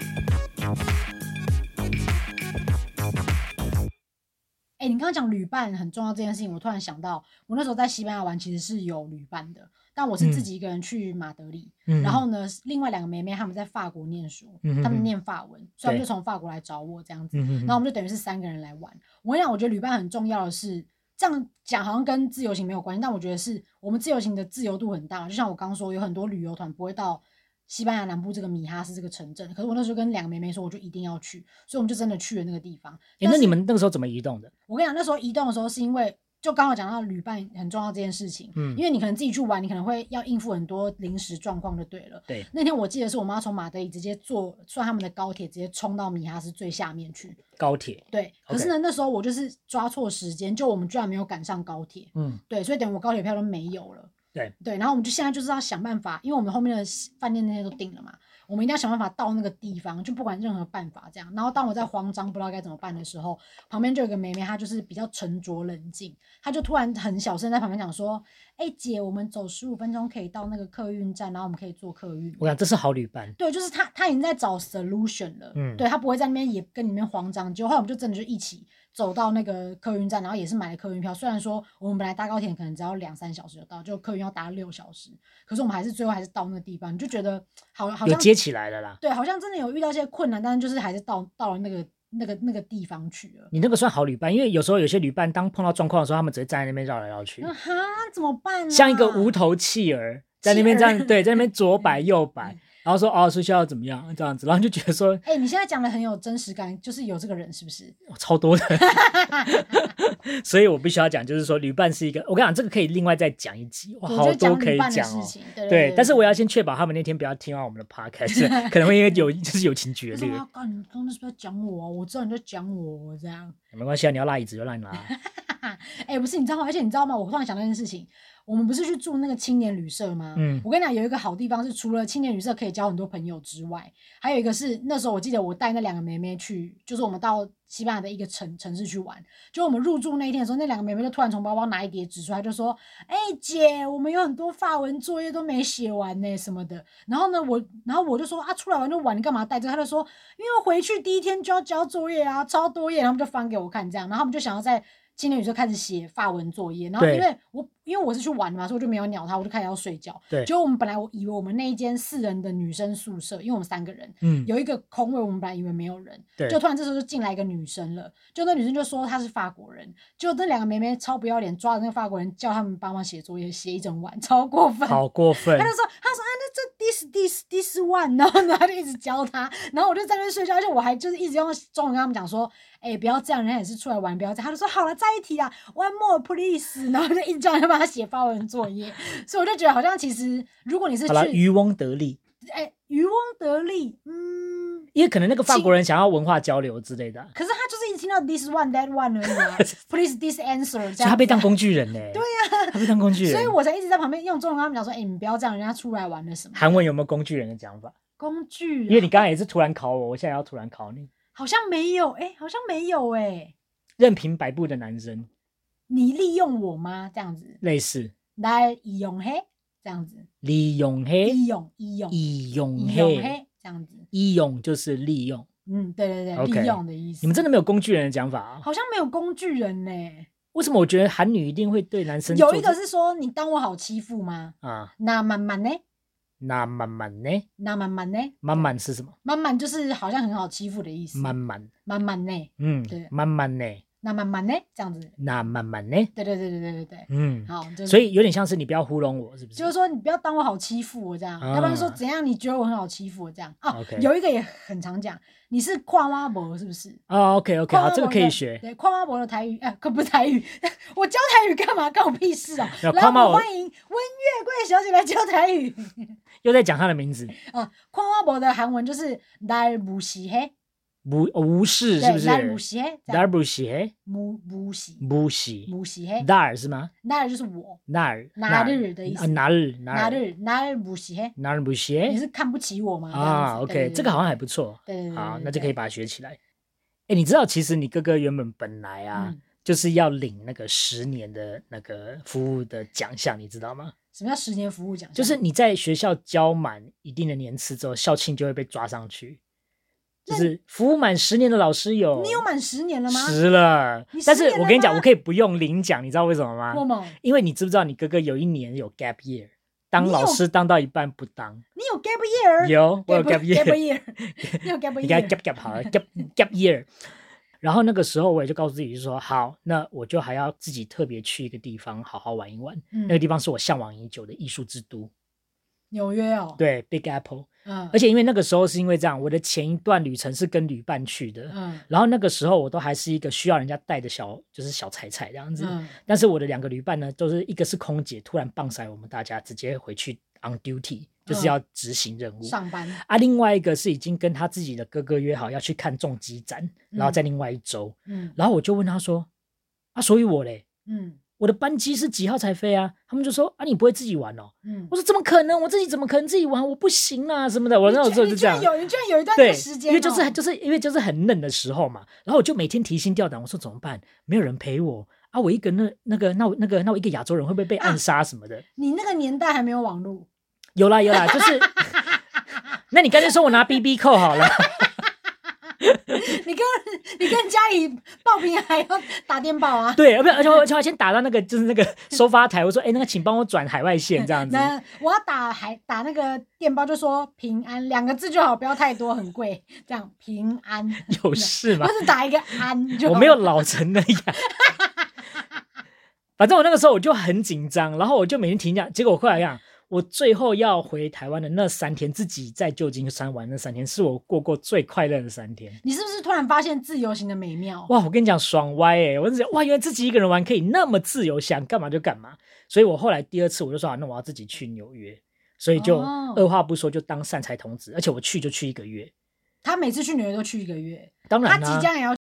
Speaker 1: 哎、你刚刚讲旅伴很重要这件事情，我突然想到，我那时候在西班牙玩其实是有旅伴的，但我是自
Speaker 2: 嗯
Speaker 1: 己一个人去马德里，
Speaker 2: 嗯，
Speaker 1: 然后呢，另外两个妹妹她们在法国念书，
Speaker 2: 嗯哼
Speaker 1: 她们
Speaker 2: 哼
Speaker 1: 念法文，所以她们
Speaker 2: 对
Speaker 1: 就从法国来找我这样子，
Speaker 2: 嗯哼哼，
Speaker 1: 然后我们就等于是三个人来玩。我跟你讲，我觉得旅伴很重要的是，这样讲好像跟自由行没有关系，但我觉得是我们自由行的自由度很大。就像我刚刚说，有很多旅游团不会到西班牙南部这个米哈斯这个城镇，可是我那时候跟两个妹妹说，我就一定要去，所以我们就真的去了那个地方。
Speaker 2: 诶那你们那个时候怎么移动的？
Speaker 1: 我跟你讲，那时候移动的时候是因为。就刚好讲到旅伴很重要这件事情，
Speaker 2: 嗯
Speaker 1: 因为你可能自己去玩，你可能会要应付很多临时状况就对了。
Speaker 2: 对，
Speaker 1: 那天我记得是我妈从马德里直接坐算他们的高铁，直接冲到米哈斯最下面去，
Speaker 2: 高铁，
Speaker 1: 对，可是呢那时候我就是抓错时间，就我们居然没有赶上高铁，
Speaker 2: 嗯，
Speaker 1: 对，所以等于我高铁票都没有了。
Speaker 2: 对
Speaker 1: 对，然后我们就现在就是要想办法，因为我们后面的饭店那些都定了嘛，我们一定要想办法到那个地方，就不管任何办法这样。然后当我在慌张不知道该怎么办的时候，旁边就有一个妹妹，她就是比较沉着冷静，她就突然很小声在旁边讲说：“哎、姐，我们走十五分钟可以到那个客运站，然后我们可以坐客运。”
Speaker 2: 我想这是好旅伴。
Speaker 1: 对，就是他他已经在找 solution 了，
Speaker 2: 嗯
Speaker 1: 对他不会在那边也跟你们慌张。结果后来我们就真的就一起走到那个客运站，然后也是买了客运票。虽然说我们本来搭高铁可能只要两三小时就到，就客运要搭六小时，可是我们还是最后还是到那个地方，你就觉得好好
Speaker 2: 有
Speaker 1: 像
Speaker 2: 接起来了啦。
Speaker 1: 对，好像真的有遇到一些困难，但是就是还是到到了那个那个那个地方去了。
Speaker 2: 你那个算好旅伴，因为有时候有些旅伴当碰到状况的时候，他们直接站在那边绕来绕去
Speaker 1: 那，哈怎么办、啊？
Speaker 2: 嗯像一个无头弃儿在那边这
Speaker 1: 弃
Speaker 2: 样，
Speaker 1: 儿
Speaker 2: 对，在那 边左摆
Speaker 1: 嗯
Speaker 2: 右摆
Speaker 1: 嗯，
Speaker 2: 然后说哦，睡觉要怎么样这样子，然后就觉得说
Speaker 1: 哎、你现在讲的很有真实感，就是有这个人是不是？
Speaker 2: 哇超多的， 所以我必须要讲，就是说旅伴是一个，我跟你讲，这个可以另外再讲一集，哇，
Speaker 1: 我
Speaker 2: 好
Speaker 1: 就
Speaker 2: 多
Speaker 1: 讲
Speaker 2: 可
Speaker 1: 旅
Speaker 2: 以
Speaker 1: 伴的
Speaker 2: 讲
Speaker 1: 事
Speaker 2: 哦。
Speaker 1: 情，对
Speaker 2: 对，但是我
Speaker 1: 要。
Speaker 2: 要先确保他们那天不要听完我们的 podcast，可能 会因为有就是友情决
Speaker 1: 为什
Speaker 2: 裂
Speaker 1: 么，要告你刚刚是不是在讲我啊？我知道你在讲我这样。
Speaker 2: 没关系啊，你要拉椅子就让你拉，
Speaker 1: 哎、不是，你知道吗？而且你知道吗？我突然想到一件事情，我们不是去住那个青年旅社吗？
Speaker 2: 嗯
Speaker 1: 我跟你讲，有一个好地方是，除了青年旅社可以交很多朋友之外，还有一个是那时候我记得我带那两个妹妹去，就是我们到西班牙的一个城城市去玩。就我们入住那一天的时候，那两个妹妹就突然从包包拿一叠纸出来，就说：“哎、姐，我们有很多法文作业都没写完呢、什么的。”然后呢，我然后我就说：“啊，出来玩就玩，你干嘛带这个？”她就说：“因为回去第一天就要交作业啊，抄作业，然后他们就翻给我看这样，然后他们就想要在青年旅社开始写法文作业，然后因
Speaker 2: 对
Speaker 1: 为我因为我是去玩嘛，所以我就没有鸟他，我就开始要睡觉。
Speaker 2: 对
Speaker 1: 结果我们本来我以为我们那一间四人的女生宿舍，因为我们三个人。
Speaker 2: 嗯，
Speaker 1: 有一个空位，我们本来以为没有人，
Speaker 2: 对
Speaker 1: 就突然这时候就进来一个女生了，就那女生就说她是法国人，就那两个妹妹超不要脸，抓着那个法国人叫他们帮忙写作业，写一整晚， 超过分。
Speaker 2: 好过分
Speaker 1: 他，就说，他说啊，那这 this this this one，然后呢，他就一直教他，然后我就在那边睡觉，而且我还就是一直用中文跟他们讲说，哎、不要这样，人家也是出来玩，不要这样。他就说好了，再一题啦，one more please，然后就一直叫人家帮他写发文作业，所以我就觉得好像其实如果你是
Speaker 2: 好了，
Speaker 1: 去
Speaker 2: 渔翁得利。
Speaker 1: 哎、渔翁得利，嗯，
Speaker 2: 因为可能那个法
Speaker 1: 亲
Speaker 2: 国人想要文化交流之类的啊，
Speaker 1: 可是他就是一直听到 this one that one 而已 啊，please this answer，这样
Speaker 2: 所以他被
Speaker 1: 子啊
Speaker 2: 当工 具人呢、对呀、他被当工具人。
Speaker 1: 所以我才一直在旁边用中文跟他们讲说，哎、你们不要这样，人家出来玩了什么。
Speaker 2: 韩文有没有工具人的讲法？
Speaker 1: 工具啊，
Speaker 2: 因为你刚才也是突然考我，我现在要突然考你。
Speaker 1: 好像没有，哎、好像没有、哎，
Speaker 2: 任凭摆布的男生，
Speaker 1: 你利用我吗？这样子
Speaker 2: 类似
Speaker 1: 来利用嘿，这样子
Speaker 2: 利用黑，
Speaker 1: 利用利用
Speaker 2: 利用
Speaker 1: 利用
Speaker 2: 哎黑，
Speaker 1: 嘿，这样子，
Speaker 2: 利用就是利用。
Speaker 1: 嗯，对对对
Speaker 2: OK
Speaker 1: 利用的意思。
Speaker 2: 你们真的没有工具人的讲法啊？
Speaker 1: 好像没有工具人呢、
Speaker 2: 为什么我觉得韩女一定会对男生
Speaker 1: 有
Speaker 2: 做
Speaker 1: 一个是说你当我好欺负吗？
Speaker 2: 啊？
Speaker 1: 那慢慢呢？
Speaker 2: 那慢慢呢？
Speaker 1: 那慢慢呢？
Speaker 2: 慢慢是什么？
Speaker 1: 慢慢就是好像很好欺负的意思。
Speaker 2: 慢慢，
Speaker 1: 慢慢呢？
Speaker 2: 嗯
Speaker 1: 对，
Speaker 2: 慢慢呢？
Speaker 1: 那慢慢呢？这样子。
Speaker 2: 那慢慢呢？
Speaker 1: 对对对对对对对。
Speaker 2: 嗯，
Speaker 1: 好，就是、
Speaker 2: 所以有点像是你不要糊弄我，是不是？
Speaker 1: 就是说你不要当我好欺负我这样，
Speaker 2: 啊
Speaker 1: 要不然说怎样你觉得我很好欺负我这样啊
Speaker 2: OK
Speaker 1: 有一个也很常讲，你是跨蛙博是不是？
Speaker 2: 啊，OK OK，好，
Speaker 1: 跨蛙
Speaker 2: 这个
Speaker 1: 伯
Speaker 2: 可以
Speaker 1: 的
Speaker 2: 学。
Speaker 1: 对，跨蛙博的台语，哎、可不是台语， 我教台语干嘛？关我屁事哦、
Speaker 2: 没有
Speaker 1: 来，
Speaker 2: 跨
Speaker 1: 我们
Speaker 2: 蛙伯
Speaker 1: 欢迎温月桂小姐来教台语。
Speaker 2: 又在讲他的名字，
Speaker 1: 啊，跨蛙博的韩文就是来무시嘿，
Speaker 2: 无哦无视是不是？
Speaker 1: 对，来무시嘿，这
Speaker 2: 达
Speaker 1: 样
Speaker 2: 尔不西，
Speaker 1: 무무시
Speaker 2: 不西，
Speaker 1: 무시嘿，
Speaker 2: 达尔是吗？
Speaker 1: 那尔就是我，
Speaker 2: 那尔
Speaker 1: 哪日的意思
Speaker 2: 啊哪日哪
Speaker 1: 那
Speaker 2: 日
Speaker 1: 日那日무시嘿，
Speaker 2: 哪尔不西
Speaker 1: 你是看不起我吗？这样子
Speaker 2: 哎
Speaker 1: 对
Speaker 2: 啊
Speaker 1: 对
Speaker 2: ？OK，
Speaker 1: 对
Speaker 2: 这个好像还不错。
Speaker 1: 对对对对
Speaker 2: 好，
Speaker 1: 对
Speaker 2: 那就
Speaker 1: 对
Speaker 2: 可以把它学起来。哎，你知道其实你哥哥原本本来啊
Speaker 1: 嗯，
Speaker 2: 就是要领那个十年的那个服务的奖项，你知道吗？
Speaker 1: 什么叫十年服务奖项？
Speaker 2: 就是你在学校交满一定的年次之后，校庆就会被抓上去。就是服务满十年的老师有，
Speaker 1: 你有满十年了吗？
Speaker 2: 十了
Speaker 1: 你，
Speaker 2: 但
Speaker 1: 十
Speaker 2: 是
Speaker 1: 年
Speaker 2: 我
Speaker 1: 了
Speaker 2: 跟你讲，
Speaker 1: 吗
Speaker 2: 我可以不用领奖，你知道为什么吗？
Speaker 1: 莫某，
Speaker 2: 因为你知不知道你哥哥有一年有 gap year，当
Speaker 1: 你
Speaker 2: 老
Speaker 1: 有
Speaker 2: 师当到一半不当，
Speaker 1: 你有 gap year？
Speaker 2: 有我有 gap
Speaker 1: year，,
Speaker 2: year，
Speaker 1: 你有 gap year？
Speaker 2: 你给他 gap gap 好了 gap gap year。然后那个时候我也就告诉自己说，好，那我就还要自己特别去一个地方好好玩一玩。
Speaker 1: 嗯
Speaker 2: 那个地方是我向往已久的艺术之都，
Speaker 1: 纽约哦，，
Speaker 2: 对 Big Apple。
Speaker 1: 嗯，
Speaker 2: 而且因为那个时候是因为这样，我的前一段旅程是跟旅伴去的，
Speaker 1: 嗯
Speaker 2: 然后那个时候我都还是一个需要人家带的小，就是小菜菜这样子。
Speaker 1: 嗯
Speaker 2: 但是我的两个旅伴呢，就是一个是空姐，突然棒塞我们大家直接回去 on duty，就是
Speaker 1: 嗯
Speaker 2: 要执行任务。
Speaker 1: 上班，
Speaker 2: 啊，另外一个是已经跟他自己的哥哥约好要去看重机展，然后在另外一周，
Speaker 1: 嗯
Speaker 2: 然后我就问他说：“啊，所以我嘞，
Speaker 1: 嗯
Speaker 2: 我的班机是几号才飞啊？”他们就说：“啊，你不会自己玩哦？”
Speaker 1: 嗯
Speaker 2: 我，说：“怎么可能？我自己怎么可能自己玩？我不行啊，什么的。”我那时候
Speaker 1: 你
Speaker 2: 就
Speaker 1: 居
Speaker 2: 这
Speaker 1: 然
Speaker 2: 样。
Speaker 1: 有，你居然有一段这
Speaker 2: 对
Speaker 1: 个时，间哦，
Speaker 2: 因为就是就是因为就是很嫩的时候嘛，然后我就每天提心吊胆，我说怎么办？没有人陪我啊，我一个那那个那我那个那我一个亚洲人会不会被
Speaker 1: 啊
Speaker 2: 暗杀什么的？
Speaker 1: 你那个年代还没有网络，
Speaker 2: 有啦有啦，就是， 那你干脆说我拿 BB 扣好了，
Speaker 1: 你跟你跟家里报名还要打电报啊？
Speaker 2: 对，而不而且我而且我先打到那个就是 那个收发台，我说哎、那个请帮我转海外线这样子，
Speaker 1: 那我要打还打那个电报，就说平安两个字就好，不要太多，很贵。 这样平安
Speaker 2: 有事吗
Speaker 1: 不？是打一个安就好
Speaker 2: 我没有老成那样。 反正我那个时候我就很紧张，然后我就每天停下。结果我后来想，我最后要回台湾的那三天，自己在旧金山玩那三天，是我过过最快乐的三天。
Speaker 1: 你是不是突然发现自由行的美妙？
Speaker 2: 哇，我跟你讲，爽歪哎、我就觉得哇，原来自己一个人玩可以那么自由，想干嘛就干嘛。所以我后来第二次我就说，啊、那我要自己去纽约，所以就
Speaker 1: 哦
Speaker 2: 二话不说就当善财童子，而且我去就去一个月。
Speaker 1: 他每次去纽约都去一个月，
Speaker 2: 当
Speaker 1: 他
Speaker 2: 然啊
Speaker 1: 即
Speaker 2: 啦、
Speaker 1: 将也要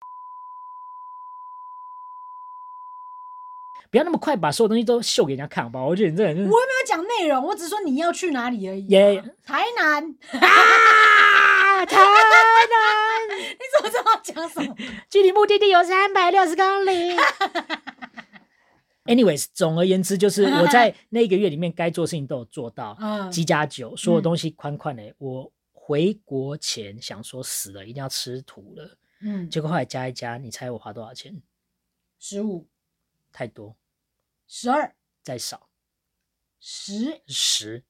Speaker 2: 不要那么快把所有东西都秀给人家看，好不好？我觉得你这个人真
Speaker 1: 我
Speaker 2: 的
Speaker 1: 又
Speaker 2: 是
Speaker 1: 没有讲内容，我只说你要去哪里而已、啊
Speaker 2: 耶
Speaker 1: 台南，你
Speaker 2: 啊，台南
Speaker 1: 怎么知道我讲什么？
Speaker 2: 距离目的地有三百六十公 里。Anyways，总而言之，就是我 在那一个月里面该做的事情都有做到，
Speaker 1: 嗯，
Speaker 2: 鸡加酒，所有东西宽宽的。我回国前想说死了一定要吃土了，
Speaker 1: 嗯，
Speaker 2: 结果后来加一加，你猜我花多少钱？
Speaker 1: 十五、
Speaker 2: 太多，
Speaker 1: 十二、
Speaker 2: 再少
Speaker 1: 十
Speaker 2: 十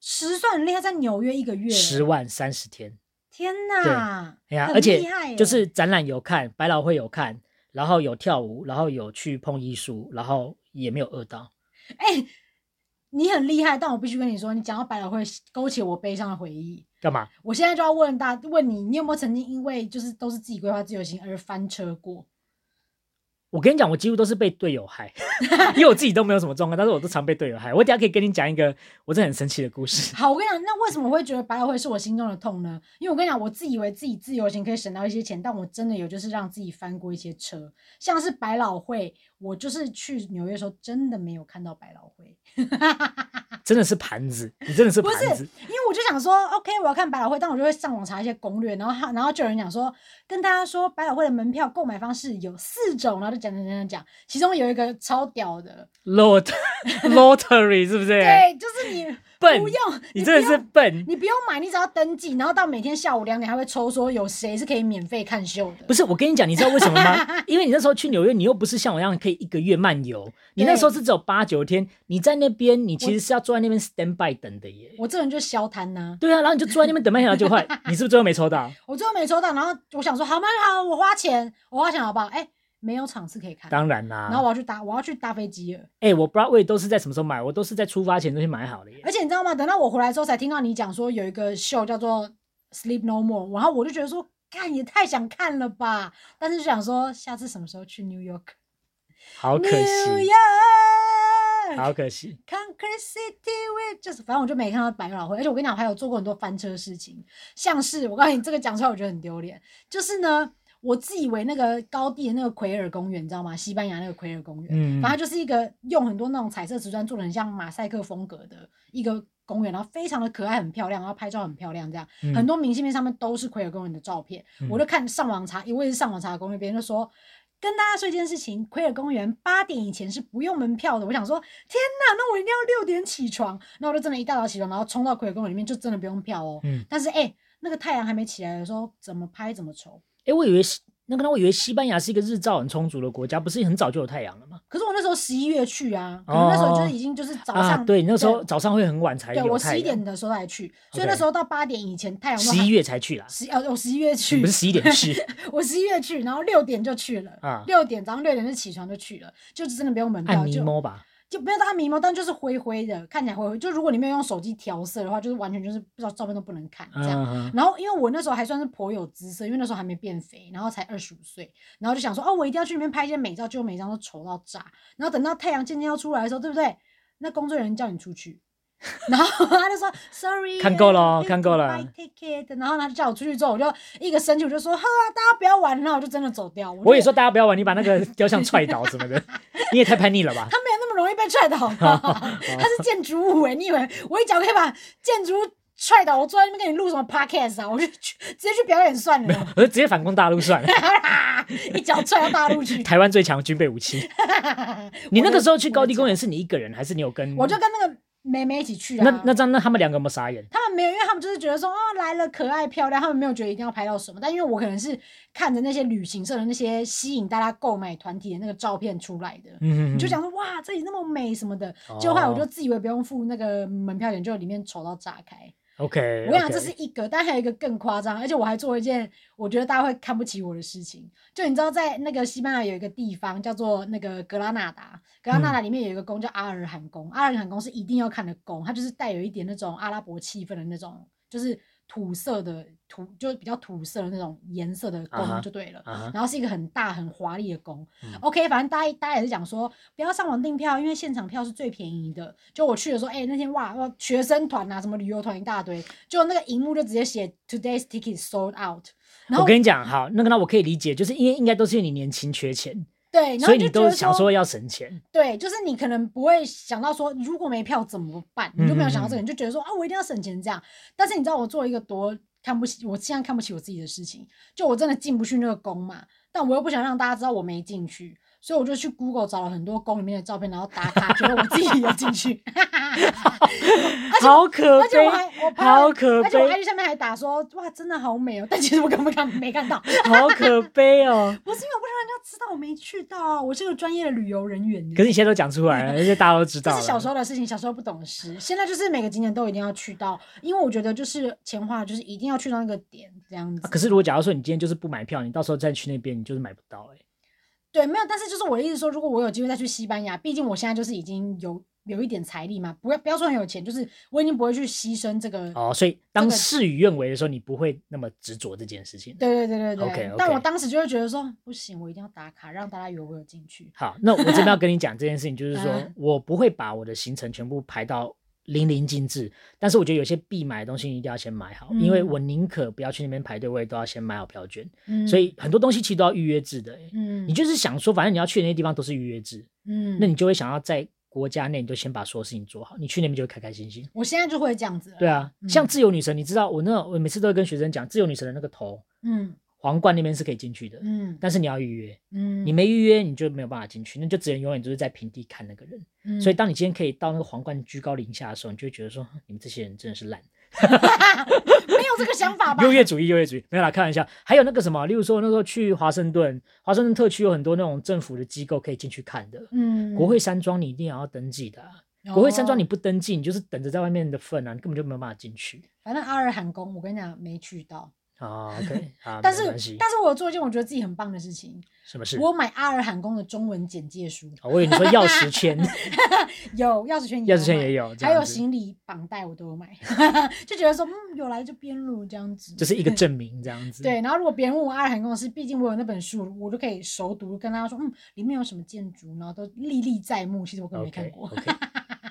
Speaker 1: 十算很厉害，在纽约一个月，
Speaker 2: 十万三十天。
Speaker 1: 天哪！
Speaker 2: 哎呀，
Speaker 1: 很
Speaker 2: 而且
Speaker 1: 厉害耶
Speaker 2: 就是展览有看，百老汇有看，然后有跳舞，然后有去碰艺术，然后也没有饿到。
Speaker 1: 哎、你很厉害，但我必须跟你说，你讲到百老汇，勾起我悲伤的回忆。
Speaker 2: 干嘛？
Speaker 1: 我现在就要问大问你，你有没有曾经因为就是都是自己规划自由行而翻车过？
Speaker 2: 我跟你讲，我几乎都是被队友害， 因为我自己都没有什么状况，但是我都常被队友害。我等一下可以跟你讲一个我真的很生气的故事。
Speaker 1: 好，我跟你讲，那为什么我会觉得百老汇是我心中的痛呢？因为我跟你讲，我自以为自己自由行可以省到一些钱，但我真的有就是让自己翻过一些车，像是百老汇，我就是去纽约的时候真的没有看到百老汇，
Speaker 2: 真的是盘子，你真的是
Speaker 1: 不是
Speaker 2: 盘子。
Speaker 1: 因为我就想说，OK，我要看百老汇，但我就会上网查一些攻略，然后他，然后就有人讲说，跟大家说百老汇的门票购买方式有四种，然后就讲讲讲讲讲，其中有一个超屌的，
Speaker 2: lot lottery 是不是？
Speaker 1: 对，就是你
Speaker 2: 笨
Speaker 1: 不，用，
Speaker 2: 你
Speaker 1: 不
Speaker 2: 真的是
Speaker 1: 用
Speaker 2: 笨。
Speaker 1: 你不用买，你只要登记，然后到每天下午两点还会抽说有谁是可以免费看秀的。
Speaker 2: 不是，我跟你讲，你知道为什么 吗？因为你那时候去纽约，你又不是像我一样可以一个月漫游，你那时候是只有八九天，你在那边，你其实是要坐在那边 stand by 等的耶。
Speaker 1: 我这人就消摊呐、
Speaker 2: 对啊，然后你就坐在那边等半小时就 坏，你是不是最后没抽到？
Speaker 1: 我最后没抽到，然后我想说好嘛好，我花钱，我花钱好不好？哎、没有场次可以看，
Speaker 2: 当然
Speaker 1: 然后
Speaker 2: 啦，
Speaker 1: 我要去搭，我要去搭飞机了。
Speaker 2: 哎、我 Broadway 都是在什么时候买？我都是在出发前都去买好的耶。
Speaker 1: 而且你知道吗？等到我回来之后，才听到你讲说有一个秀叫做《Sleep No More》，然后我就觉得说，看也太想看了吧。但是就想说，下次什么时候去 New York？New
Speaker 2: 好可惜，
Speaker 1: York，
Speaker 2: 好可惜。
Speaker 1: Conquer City with 就是，反正我就没看到百老汇，而且我跟你讲，我还有做过很多翻车事情，像是我告诉你这个讲出来我觉得很丢脸，就是呢，我自以为那个高地的那个奎尔公园，你知道吗？西班牙那个奎尔公园，
Speaker 2: 嗯
Speaker 1: 反正它就是一个用很多那种彩色瓷砖做的很像马赛克风格的一个公园，然后非常的可爱，很漂亮，然后拍照很漂亮，这样、
Speaker 2: 嗯
Speaker 1: 很多明信片上面都是奎尔公园的照片，我就看上网查，我也是上网查的攻略，别人就说。跟大家说一件事情，奎尔公园八点以前是不用门票的。我想说，天哪，那我一定要六点起床。那我就真的一大早起床，然后冲到奎尔公园里面，就真的不用票哦。
Speaker 2: 嗯
Speaker 1: 但是哎、那个太阳还没起来的时候，怎么拍怎么丑。
Speaker 2: 哎、我以为西那个，我以为西班牙是一个日照很充足的国家，不是很早就有太阳了吗？
Speaker 1: 可是我那时候十一月去啊，可能那时候
Speaker 2: 哦
Speaker 1: 就是已经就是早上、
Speaker 2: 啊，对，那时候早上会很晚才
Speaker 1: 对
Speaker 2: 有
Speaker 1: 我
Speaker 2: 太
Speaker 1: 十一
Speaker 2: 阳
Speaker 1: 点，的时候才去，所以
Speaker 2: OK
Speaker 1: 那时候到八点以前太阳都
Speaker 2: 十
Speaker 1: 还
Speaker 2: 一月才去啦，
Speaker 1: 十呃我十一月去
Speaker 2: 不是十 一点是
Speaker 1: 我十一月去，然后六点就去了，
Speaker 2: 啊，
Speaker 1: 六点早上六点就起床就去了，就真的不用门
Speaker 2: 按
Speaker 1: 票，
Speaker 2: 迷
Speaker 1: 就
Speaker 2: 蒙吧。
Speaker 1: 就没有到按迷蒙，但就是灰灰的，看起来灰灰。就如果你没有用手机调色的话，就是完全就是不知道照片都不能看这样。
Speaker 2: 嗯，
Speaker 1: 然后因为我那时候还算是颇有姿色，因为那时候还没变肥，然后才二十五岁，然后就想说哦，我一定要去那边拍一些美照，结果每张都丑到炸。然后等到太阳渐渐要出来的时候，对不对？那工作人员叫你出 去，然后他就说 sorry，
Speaker 2: 看够了哦
Speaker 1: uh,
Speaker 2: 看够了
Speaker 1: goodbye, take it。然后他就叫我出去之后，我就一个生气，我就说呵啊，大家不要玩了，然后我就真的走掉。我
Speaker 2: 我也
Speaker 1: 就
Speaker 2: 说大家不要玩，你把那个雕像踹倒什 么的，你也太叛逆了吧？
Speaker 1: 他没有那么容易被踹倒 吧？他是建筑物哎、你以为我一脚可以把建筑物踹倒？我坐在那边跟你录什么 podcast 啊？我就去直接去表演算了。
Speaker 2: 我就直接反攻大 陆算了，
Speaker 1: 一脚踹到大陆去。
Speaker 2: 台湾最强军备武器。 你那个时候去高地公园是你一个人，还是你有跟？
Speaker 1: 我就，我就跟那个妹妹一起去啊。
Speaker 2: 那那这样，那他们两个有没有傻眼？
Speaker 1: 他们没有，因为他们就是觉得说，哦，来了可爱漂亮，他们没有觉得一定要拍到什么。但因为我可能是看着那些旅行社的那些吸引大家购买团体的那个照片出来的，
Speaker 2: 嗯
Speaker 1: 你就想说，哇，这里那么美什么的。
Speaker 2: 哦
Speaker 1: 就后来我就自以为不用付那个门票钱，就里面丑到炸开。
Speaker 2: OK，
Speaker 1: 我跟你讲，这是一个，但还有一个更夸张，而且我还做一件我觉得大家会看不起我的事情。就你知道，在那个西班牙有一个地方叫做那个格拉纳达，格拉纳
Speaker 2: 嗯
Speaker 1: 达里面有一个宫叫阿尔罕宫，阿尔罕宫是一定要看的宫，它就是带有一点那种阿拉伯气氛的那种，就是土色的土，就是比较土色的那种颜色的
Speaker 2: 啊哈
Speaker 1: 宫就对了。
Speaker 2: 啊哈，
Speaker 1: 然后是一个很大很华丽的宫、
Speaker 2: 嗯
Speaker 1: o k 反正大家大家也是讲说不要上网订票，因为现场票是最便宜的。就我去的时候，哎、那天哇，哇学生团啊，什么旅游团一大堆，就那个荧幕就直接写 Today's ticket sold out，然后
Speaker 2: 我跟你讲，好，那个那我可以理解，就是因为应该都是因为你年轻缺钱，
Speaker 1: 对，然
Speaker 2: 所
Speaker 1: 后
Speaker 2: 以你
Speaker 1: 就觉
Speaker 2: 都
Speaker 1: 得
Speaker 2: 想说要省钱。
Speaker 1: 对，就是你可能不会想到说，如果没票怎么办？你就没有想到这个，
Speaker 2: 嗯嗯嗯
Speaker 1: 你就觉得说啊，我一定要省钱这样。但是你知道我做了一个多看不起，我现在看不起我自己的事情，就我真的进不去那个宫嘛，但我又不想让大家知道我没进去，所以我就去 Google 找了很多宫里面的照片，然后打卡，觉得我自己有进去。而且我
Speaker 2: 好 可
Speaker 1: 而且
Speaker 2: 悲
Speaker 1: 我，还我拍了
Speaker 2: 好可
Speaker 1: 而且我 IG
Speaker 2: 悲，
Speaker 1: 上面还打说哇，真的好美哦，但其实我根本看没看到，
Speaker 2: 好可悲哦！
Speaker 1: 不是因为我不想让人家知道我没去到啊，我是个专业的旅游人员耶。
Speaker 2: 可是你现在都讲出 来了，而且大家都知
Speaker 1: 这
Speaker 2: 道了。
Speaker 1: 是小时候的事情，小时候不懂事。现在就是每个景点都一定要去到，因为我觉得就是钱花了就是一定要去到那个点这样子。
Speaker 2: 啊可是如果假如说你今天就是不买票，你到时候再去那边，你就是买不到哎、
Speaker 1: 对，没有，但是就是我的意思说，如果我有机会再去西班牙，毕竟我现在就是已经有有一点财力嘛，不要不要说很有钱，就是我已经不会去牺牲这个。
Speaker 2: 哦，所以当
Speaker 1: 这个
Speaker 2: 事与愿违的时候，你不会那么执着这件事情。
Speaker 1: 对对对对对
Speaker 2: OK，OK
Speaker 1: 但我当时就会觉得说，不行，我一定要打卡，让大家以为我有进去。
Speaker 2: 好，那我这边要跟你讲这件事情，就是说
Speaker 1: 嗯
Speaker 2: 我不会把我的行程全部排到淋漓尽致，但是我觉得有些必买的东西一定要先买好，因为
Speaker 1: 嗯
Speaker 2: 我宁可不要去那边排队，我也都要先买好票券。
Speaker 1: 嗯，
Speaker 2: 所以很多东西其实都要预约制的欸、
Speaker 1: 嗯，
Speaker 2: 你就是想说，反正你要去的那些地方都是预约制，
Speaker 1: 嗯，
Speaker 2: 那你就会想要在国家内，你就先把所有事情做好，你去那边就会开开心心。
Speaker 1: 我现在就会这样子。
Speaker 2: 对
Speaker 1: 啊，
Speaker 2: 啊，
Speaker 1: 嗯
Speaker 2: 像自由女神，你知道我那我每次都会跟学生讲，自由女神的那个头
Speaker 1: 嗯
Speaker 2: 皇冠那边是可以进去的，
Speaker 1: 嗯
Speaker 2: 但是你要预约，
Speaker 1: 嗯，
Speaker 2: 你没预约你就没有办法进去，那就只能永远就是在平地看那个人。
Speaker 1: 嗯
Speaker 2: 所以当你今天可以到那个皇冠居高临下的时候，你就会觉得说，你们这些人真的是烂，
Speaker 1: 嗯没有这个想法吧？
Speaker 2: 优越主义，优越主义，没有啦，开玩笑。还有那个什么，例如说那时候去华盛顿，华盛顿特区有很多那种政府的机构可以进去看的。
Speaker 1: 嗯，
Speaker 2: 国会山庄你一定也要登记的啊、
Speaker 1: 哦
Speaker 2: 国会山庄你不登记，你就是等着在外面的份啊，你根本就没有办法进去
Speaker 1: 反正阿尔罕宫，我跟你讲没去到，
Speaker 2: 啊。OK，啊，
Speaker 1: 但
Speaker 2: 没
Speaker 1: 是
Speaker 2: 关系
Speaker 1: 但是我有做一件我觉得自己很棒的事情，
Speaker 2: 什么事？
Speaker 1: 我买阿尔罕宫的中文简介书，
Speaker 2: 哦我以为你说 钥匙圈，
Speaker 1: 有钥匙圈，
Speaker 2: 钥匙圈也，有，这
Speaker 1: 还有
Speaker 2: 样子，
Speaker 1: 行李绑带我都有买， 就觉得说嗯有来就边录这样子，
Speaker 2: 这是一个证明，这样子。，
Speaker 1: 嗯对，然后如果别人问我阿尔罕宫的事，毕竟我有那本书，我就可以熟读，跟大家说，嗯，里面有什么建筑，然后都历历在目。其实我根本没
Speaker 2: OK 哦
Speaker 1: 看过。
Speaker 2: OK，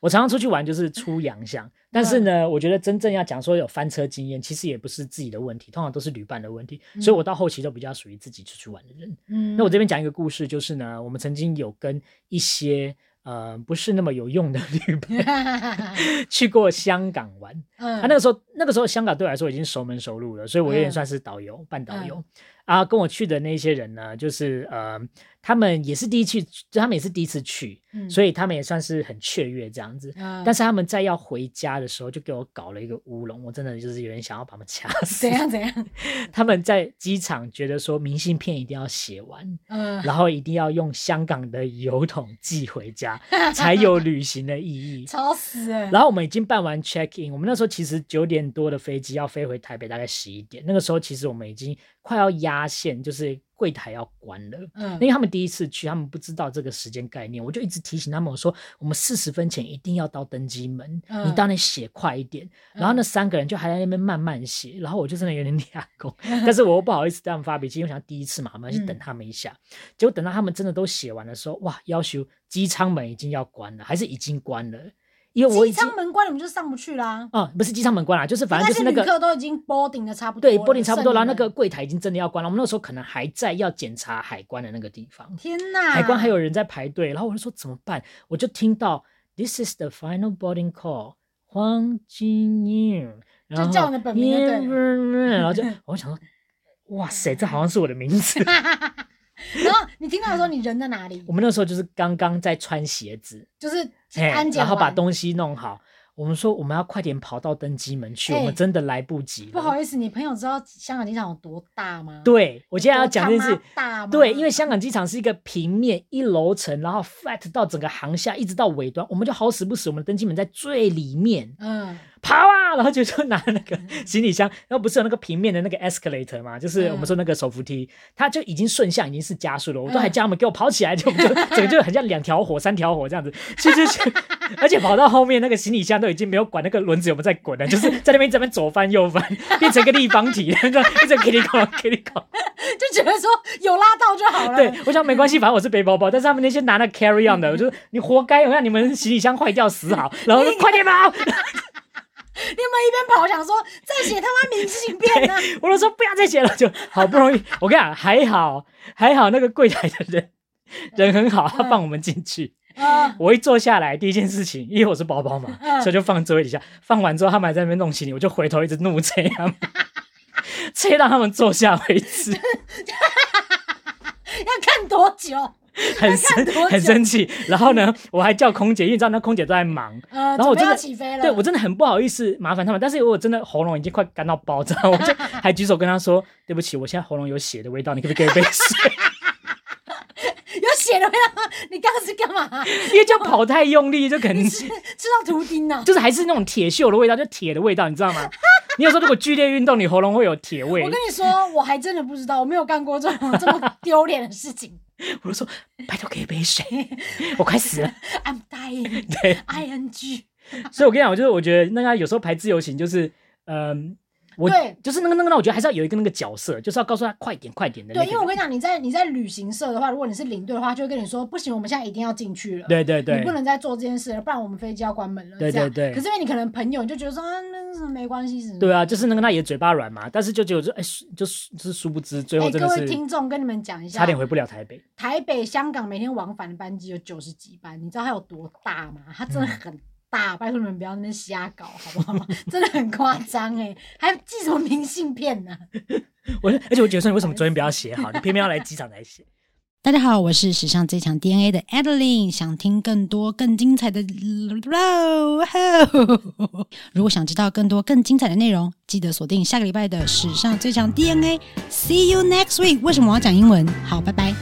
Speaker 2: 我常常出去玩就是出洋相，
Speaker 1: 嗯
Speaker 2: 但是呢，我觉得真正要讲说有翻车经验，其实也不是自己的问题，通常都是旅伴的问题，所以我到后期都比较属于自己出去玩的人。
Speaker 1: 嗯，
Speaker 2: 那我这边讲一个故事，就是呢，我们曾经有跟一些呃不是那么有用的旅伴去过香港玩，
Speaker 1: 嗯，
Speaker 2: 啊，那个时候那个时候香港对我来说已经熟门熟路了，所以我有
Speaker 1: 嗯
Speaker 2: 点算是导游、半导游
Speaker 1: 嗯
Speaker 2: 啊。跟我去的那些人呢，就是呃，他们也是第一次，就他们也是第一次去，
Speaker 1: 嗯
Speaker 2: 所以他们也算是很雀跃这样子。
Speaker 1: 嗯，
Speaker 2: 但是他们在要回家的时候，就给我搞了一个乌龙，我真的就是有点想要把他们掐死
Speaker 1: 怎。样怎样，
Speaker 2: 他们在机场觉得说明信片一定要写完，
Speaker 1: 嗯，
Speaker 2: 然后一定要用香港的邮筒寄回 家，才有旅行的意义。
Speaker 1: 吵死欸了。
Speaker 2: 然后我们已经办完 check in，我们那时候其实九点多的飞机要飞回台北，大概十一点。那个时候其实我们已经快要压线，就是柜台要关了。
Speaker 1: 嗯
Speaker 2: 因为他们第一次去，他们不知道这个时间概念，我就一直提醒他们，我说我们四十分前一定要到登机门，
Speaker 1: 嗯
Speaker 2: 你当然写快一点。然后那
Speaker 1: 嗯
Speaker 2: 三个人就还在那边慢慢写，然后我就真的有点 俩 工，但是我又不好意思这样发脾气，因为我想第一次嘛，我们要去等
Speaker 1: 嗯
Speaker 2: 他们一下。结果等到他们真的都写完的时候，哇，要求机舱门已经要关了，还是已经关了，因为我已
Speaker 1: 机
Speaker 2: 经
Speaker 1: 舱门关了，你们就上不去啦。
Speaker 2: 啊、不是机舱门关了，就是反
Speaker 1: 应
Speaker 2: 正
Speaker 1: 该
Speaker 2: 就是那
Speaker 1: 旅
Speaker 2: 个
Speaker 1: 客都已经 boarding 的差不多了，
Speaker 2: 对柏林差不多，
Speaker 1: 剩
Speaker 2: 然后
Speaker 1: 你
Speaker 2: 那
Speaker 1: 们
Speaker 2: 个柜台已经真的要关了，我们那时候可能还在要检查海关的那个地方，
Speaker 1: 天哪，
Speaker 2: 海关还有人在排队，然后我就说怎么办？我就听到 This is the final boarding call，黄金英，然后
Speaker 1: 就叫你的本名就对
Speaker 2: 然后就我想说，哇塞，这好像是我的名字。
Speaker 1: 然后你听到的时候，你人在哪里
Speaker 2: 我？们那时候就是刚刚在穿鞋子，
Speaker 1: 就是
Speaker 2: 哎
Speaker 1: 安检完，
Speaker 2: 然后把东西弄好。我们说我们要快点跑到登机门去，我
Speaker 1: 哎
Speaker 2: 们真的来不及了。
Speaker 1: 不好意思，你朋友知道香港机场有多大吗？，
Speaker 2: 对，我今天要讲这件事。
Speaker 1: 大吗？
Speaker 2: 对，因为香港机场是一个平面一楼层，然后 flat 到整个航厦，一直到尾端，我们就好死不死，我们的登机门在最里面，
Speaker 1: 嗯
Speaker 2: 跑啊！然后就就拿那个行李箱，然后不是有那个平面的那个 escalator 嘛，就是我们说那个手扶梯，它就已经顺向已经是加速了，我都还
Speaker 1: 嗯
Speaker 2: 叫他们给我跑起来，就就整个就很像两条火、三条火这样子，去去去，而且跑到后面那个行李箱都已经没有管那个轮子有没有在滚了，就是在那边这边左翻右翻，变成一个立方体， 这样一直给你搞给你搞。
Speaker 1: 就觉得说有拉到就好了。
Speaker 2: 对，我想没关系，反正我是背包包，但是他们那些拿那 carry on 的，我就说你活该，我让你们行李箱坏掉死好，然后说快点跑，
Speaker 1: 你有没有一边跑想说再写他妈明信片 呢、
Speaker 2: 我就说不要再写了，就好不容易，我跟你讲还好还好那个柜台的人。人很好，他放我们进去。
Speaker 1: 啊？
Speaker 2: 我一坐下来，第一件事情，因为我是包包嘛，
Speaker 1: 嗯
Speaker 2: 所以就放座位底下。放完之后，他们还在那边弄行李，我就回头一直怒催他们，催到他们坐下为止。
Speaker 1: 要看多久？
Speaker 2: 很 生
Speaker 1: 多久
Speaker 2: 很生气。然后呢，我还叫空姐，因为你知道那空姐都在忙，
Speaker 1: 呃，
Speaker 2: 然后我
Speaker 1: 准备
Speaker 2: 真
Speaker 1: 要
Speaker 2: 的
Speaker 1: 起飞了。
Speaker 2: 对我真的很不好意思麻烦他们，但是我真的喉咙已经快干到爆炸， 我就还举手跟他说：“对不起，我现在喉咙有血的味道，你可不可以给我一杯水
Speaker 1: 有血的味道吗？你刚刚是干嘛？？”
Speaker 2: 因为就跑太用力，就 可能
Speaker 1: 吃吃到图钉呢、
Speaker 2: 就是还是那种铁锈的味道，就铁的味道，你知 道吗？你有时候如果剧烈运动，你喉咙会有铁味
Speaker 1: 我。跟你说，我还真的不知道，我没有干过这种这么丢脸的事 情。
Speaker 2: 我就说：“拜托，给一杯水，我快死了。
Speaker 1: I'm dying, ”
Speaker 2: 对，
Speaker 1: ing。
Speaker 2: 所以我跟你讲，我就是我觉得那个有时候排自由行就是，嗯、我
Speaker 1: 对
Speaker 2: 就是那个那个，那我觉得还是要有一个那个角色，就是要告诉他快点快点的那
Speaker 1: 对，
Speaker 2: 个。
Speaker 1: 因为我跟你讲，你在你在旅行社的话，如果你是领队的话，就会跟你说不行，我们现在一定要进去了。
Speaker 2: 对对
Speaker 1: 你
Speaker 2: 对
Speaker 1: 不，能再做这件事了，不然我们飞机要关门了。
Speaker 2: 对
Speaker 1: 这样
Speaker 2: 对对
Speaker 1: 可是因为你可能朋友你就觉得说啊，那是没关系，什么
Speaker 2: 对啊，就是那个那也嘴巴软嘛，但是就结果就哎，殊就是就是殊不知最后
Speaker 1: 哎，
Speaker 2: 真
Speaker 1: 各
Speaker 2: 的
Speaker 1: 位
Speaker 2: 是
Speaker 1: 听众，跟你们讲一下，
Speaker 2: 差点回不了台北。
Speaker 1: 台北、香港每天往返的班机有九十几班，你知道它有多大吗？它真的很大，拜托你们不要在那边瞎搞，好 不好？真的很夸张哎，还寄什么明信片呢、
Speaker 2: 我就而且我觉得说你为什么昨天不要写好，你偏偏要来机场来写？
Speaker 1: 大家好，我是史上最强 DNA 的 Adeline。想听更多更精彩的， 如果想知道更多更精彩的内容，记得锁定下个礼拜的史上最强 DNA。See you next week。为什么我要讲英文？好，拜拜。